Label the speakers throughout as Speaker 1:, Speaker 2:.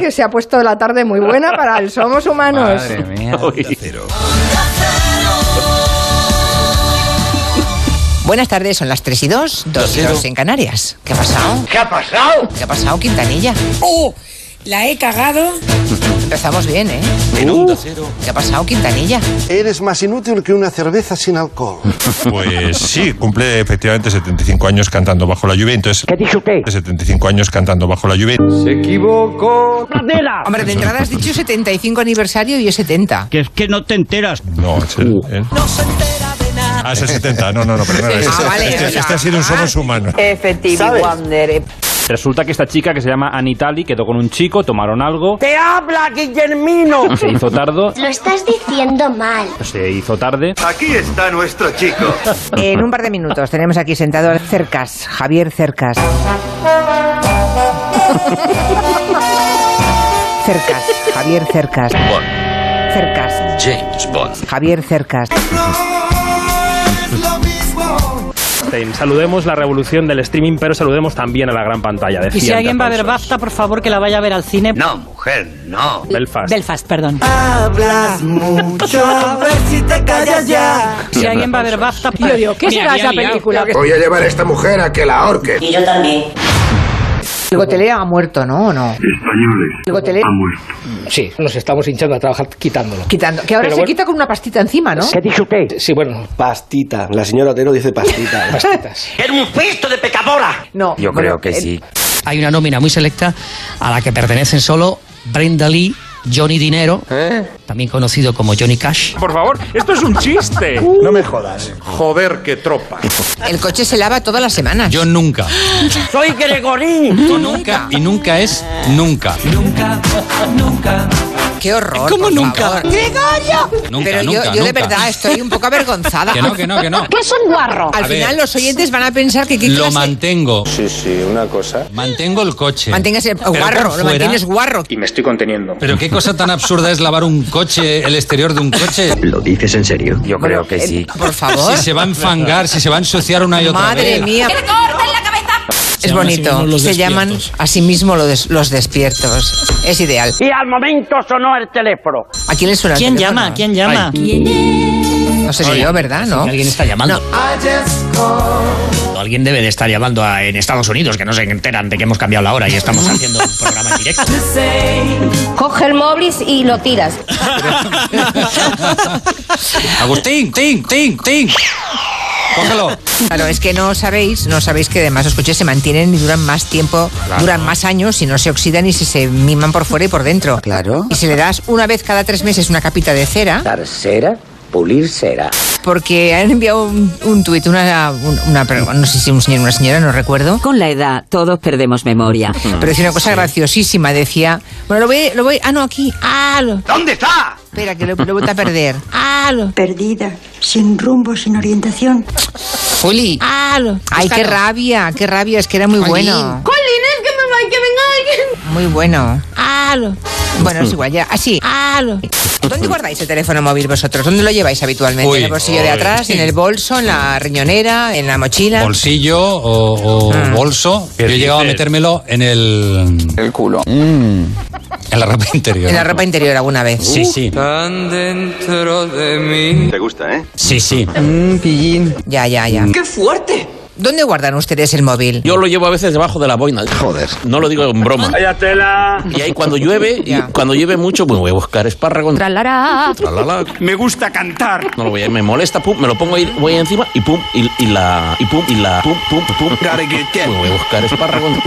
Speaker 1: que se ha puesto la tarde muy buena para el Somos Humanos.
Speaker 2: Madre mía.
Speaker 3: Buenas tardes, son las 3 y 2, 2 y 2 en Canarias. ¿Qué ha pasado?
Speaker 4: ¿Qué ha pasado?
Speaker 3: ¿Qué ha pasado, Quintanilla?
Speaker 5: ¡Oh! La he cagado.
Speaker 3: Empezamos bien, ¿eh? ¿Qué ha pasado, Quintanilla?
Speaker 6: Eres más inútil que una cerveza sin alcohol.
Speaker 7: Pues sí, cumple efectivamente 75 años cantando bajo la lluvia. Entonces,
Speaker 4: ¿Qué dijo usted?
Speaker 7: 75 años cantando bajo la lluvia.
Speaker 4: Se equivocó. ¡Candela!
Speaker 3: Ah, Hombre, de entrada has dicho 75 aniversario y es 70.
Speaker 8: Que es que no te enteras.
Speaker 7: No, es el, ¿eh? Ah, es el 70. No, no, no, perdona. Este,
Speaker 3: Ah, vale,
Speaker 7: este-
Speaker 3: o sea,
Speaker 7: este ha sido un somos
Speaker 3: ah.
Speaker 7: humano.
Speaker 9: Efectivo,
Speaker 6: ¿Sabes?
Speaker 9: Wander.
Speaker 2: Resulta que esta chica que se llama Anitali quedó con un chico, tomaron algo,
Speaker 4: ¡Te habla, Guillermino!
Speaker 2: se hizo tardo,
Speaker 10: Lo estás diciendo mal.
Speaker 2: se hizo tarde.
Speaker 6: Aquí está nuestro chico.
Speaker 3: En un par de minutos tenemos aquí sentado a Cercas, Javier Cercas. Cercas, Javier Cercas. Cercas. James Bond. Javier Cercas.
Speaker 2: Saludemos la revolución del streaming, pero saludemos también a la gran pantalla. De
Speaker 5: Y si alguien va a ver Basta, por favor, que la vaya a ver al cine.
Speaker 4: No, mujer, no.
Speaker 2: Belfast.
Speaker 5: Belfast, perdón. Ah.
Speaker 4: Mucho, a ver si te callas ya.
Speaker 5: Si alguien va a ver Basta,
Speaker 1: Yo digo, ¿qué
Speaker 5: Me
Speaker 1: será
Speaker 5: había
Speaker 1: esa
Speaker 5: liado.
Speaker 1: película? que-
Speaker 6: Voy a llevar a esta mujer a que la ahorque.
Speaker 9: Y yo también.
Speaker 3: El gotelero ha muerto, ¿no? ¿O no? El gotelero
Speaker 8: Sí, nos estamos hinchando a trabajar quitándolo.
Speaker 3: quitando. Que ahora
Speaker 8: Pero
Speaker 3: se
Speaker 8: bueno.
Speaker 3: quita con una pastita encima, ¿no?
Speaker 4: ¿Qué dijo usted?
Speaker 8: Sí, bueno,
Speaker 6: Pastita. La señora Otero dice pastita.
Speaker 8: pastitas.
Speaker 4: ¡Era un pisto de pecadora!
Speaker 3: No.
Speaker 9: Yo
Speaker 3: bueno,
Speaker 9: creo que
Speaker 3: el-
Speaker 9: sí.
Speaker 8: eh, Hay una nómina muy selecta a la que pertenecen solo Brenda Lee, Johnny Dinero, también conocido como Johnny Cash.
Speaker 2: Por favor, esto es un chiste.
Speaker 6: No me jodas. Joder, qué tropa.
Speaker 3: El coche se lava todas las semanas.
Speaker 8: Yo nunca.
Speaker 4: ¡Soy Gregorín!
Speaker 8: Tú nunca. Y nunca es nunca.
Speaker 3: Qué horror.
Speaker 8: ¿Cómo
Speaker 3: por
Speaker 8: nunca?
Speaker 3: favor.
Speaker 8: Nunca,
Speaker 3: Pero yo,
Speaker 8: nunca,
Speaker 3: yo de
Speaker 8: nunca.
Speaker 3: verdad estoy un poco avergonzada.
Speaker 8: Que no, que no, que no.
Speaker 10: ¿Qué son guarro?
Speaker 3: Al
Speaker 8: A
Speaker 3: final
Speaker 8: ver.
Speaker 3: los oyentes van a pensar que qué
Speaker 8: Lo
Speaker 3: clase-
Speaker 8: mantengo. Sí, sí, una cosa. Mantengo el coche.
Speaker 3: Mantengas el
Speaker 8: Pero
Speaker 3: guarro,
Speaker 8: por
Speaker 3: lo
Speaker 8: fuera-
Speaker 3: mantienes guarro.
Speaker 2: Y me estoy conteniendo.
Speaker 8: Pero qué cosa tan absurda es lavar un coche, el exterior de un coche.
Speaker 4: ¿Lo dices en serio?
Speaker 9: Yo creo que
Speaker 3: Eh,
Speaker 9: sí.
Speaker 3: Por favor.
Speaker 8: Si se va a enfangar, si se va a ensuciar una y otra
Speaker 3: Madre
Speaker 8: vez.
Speaker 3: mía. Es bonito. se llaman a sí mismo lo des- los despiertos. Es ideal.
Speaker 4: Y al momento sonó el teléfono.
Speaker 3: ¿A quién le suena? el
Speaker 5: ¿Quién
Speaker 3: teléfono?
Speaker 5: llama? ¿Quién llama?
Speaker 3: No sé si yo, ¿verdad? No.
Speaker 8: Alguien está llamando. Alguien debe de estar llamando a- en Estados Unidos, que no se enteran de que hemos cambiado la hora y estamos haciendo un programa en directo.
Speaker 10: Coge el móvil y lo tiras.
Speaker 8: Agustín, ting, ting, ting. Cógelo.
Speaker 3: Claro, es que no sabéis, no sabéis que además los coches se mantienen y duran más tiempo, duran más años y no se oxidan y si se miman por fuera y por dentro.
Speaker 9: Claro.
Speaker 3: Y si le das una vez cada tres meses una capita de cera,
Speaker 9: Tercera, pulir será.
Speaker 3: porque han enviado un, un tuit, una, un- una, pero no sé si un señor o una señora, no recuerdo,
Speaker 9: Con la edad, todos perdemos memoria.
Speaker 3: pero decía una cosa graciosísima, decía, bueno, lo voy, lo voy, ah, no, aquí, ah, lo-
Speaker 4: ¿Dónde está?
Speaker 3: espera, que lo, lo voy a perder, ah, lo-
Speaker 10: Perdida, sin rumbo, sin orientación.
Speaker 3: Juli, ah, lo- ay, qué rabia, qué rabia, es que era muy bueno. Muy bueno. ¡Halo! Bueno, es igual, ya. Así. ¡Halo! ¿Dónde guardáis el teléfono móvil vosotros? ¿Dónde lo lleváis habitualmente?
Speaker 8: Uy,
Speaker 3: ¿En el bolsillo
Speaker 8: uy.
Speaker 3: de atrás? ¿En el bolso? ¿En la riñonera? ¿En la mochila?
Speaker 8: Bolsillo o, o bolso. Yo he llegado a metérmelo en el. El culo. En la ropa interior.
Speaker 3: ¿En la ropa interior alguna vez?
Speaker 8: Sí, sí.
Speaker 4: Tan dentro de mí.
Speaker 6: ¿Te gusta, eh?
Speaker 8: Sí, sí.
Speaker 3: Ya, ya, ya. ¡Qué fuerte! ¿Dónde guardan ustedes el móvil?
Speaker 8: Yo lo llevo a veces debajo de la boina. Joder. No lo digo en broma.
Speaker 4: Váyatela.
Speaker 8: Y ahí cuando llueve,
Speaker 3: Ya.
Speaker 8: cuando llueve mucho, pues voy a buscar espárragos.
Speaker 10: Tralará.
Speaker 4: Me gusta cantar.
Speaker 8: No lo voy a, me molesta, pum, me lo pongo ahí, voy encima y pum, y, y la, y pum, y la, pum, pum, pum. Me voy a buscar espárragos.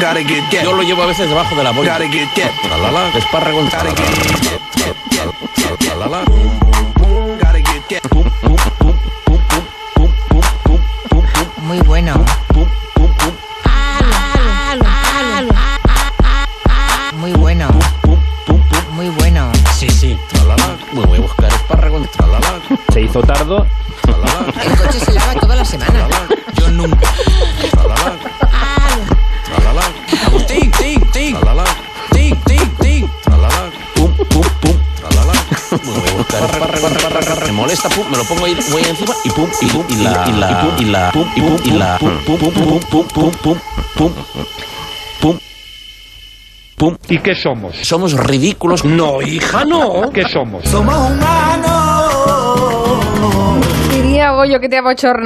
Speaker 8: Yo lo llevo a veces debajo de la boina. Tralala, espárragos. Tralala. Pum, pum, pum, pum, pum, pum, pum, pum, pum, pum,
Speaker 3: Muy bueno.
Speaker 8: pum, pum, pum,
Speaker 3: Muy bueno.
Speaker 8: pum, pum, pum.
Speaker 3: Muy bueno.
Speaker 8: Sí, sí. Tralala. Me voy a buscar espárragos. Tralala.
Speaker 2: Se hizo tardo.
Speaker 8: Tralala.
Speaker 3: El coche se lava toda la semana.
Speaker 8: Yo nunca. Tralala. Tralala. Agustín, ting, ting. Tralala. Ting, ting, ting. Tralala. Pum, pum, pum. Tralala. Me voy a buscar. Parra, parra, parra, parra. Me molesta, pum, me lo pongo ahí, voy encima y pum, y pum, y la, y la, y pum, y la, pum, y pum, y la, pum, pum, pum, pum, pum, pum, pum, pum, pum, pum,
Speaker 5: pum. ¿Y qué somos? Somos ridículos. No, hija, no. ¿Qué somos?
Speaker 1: Diría Goyo que te abochorna.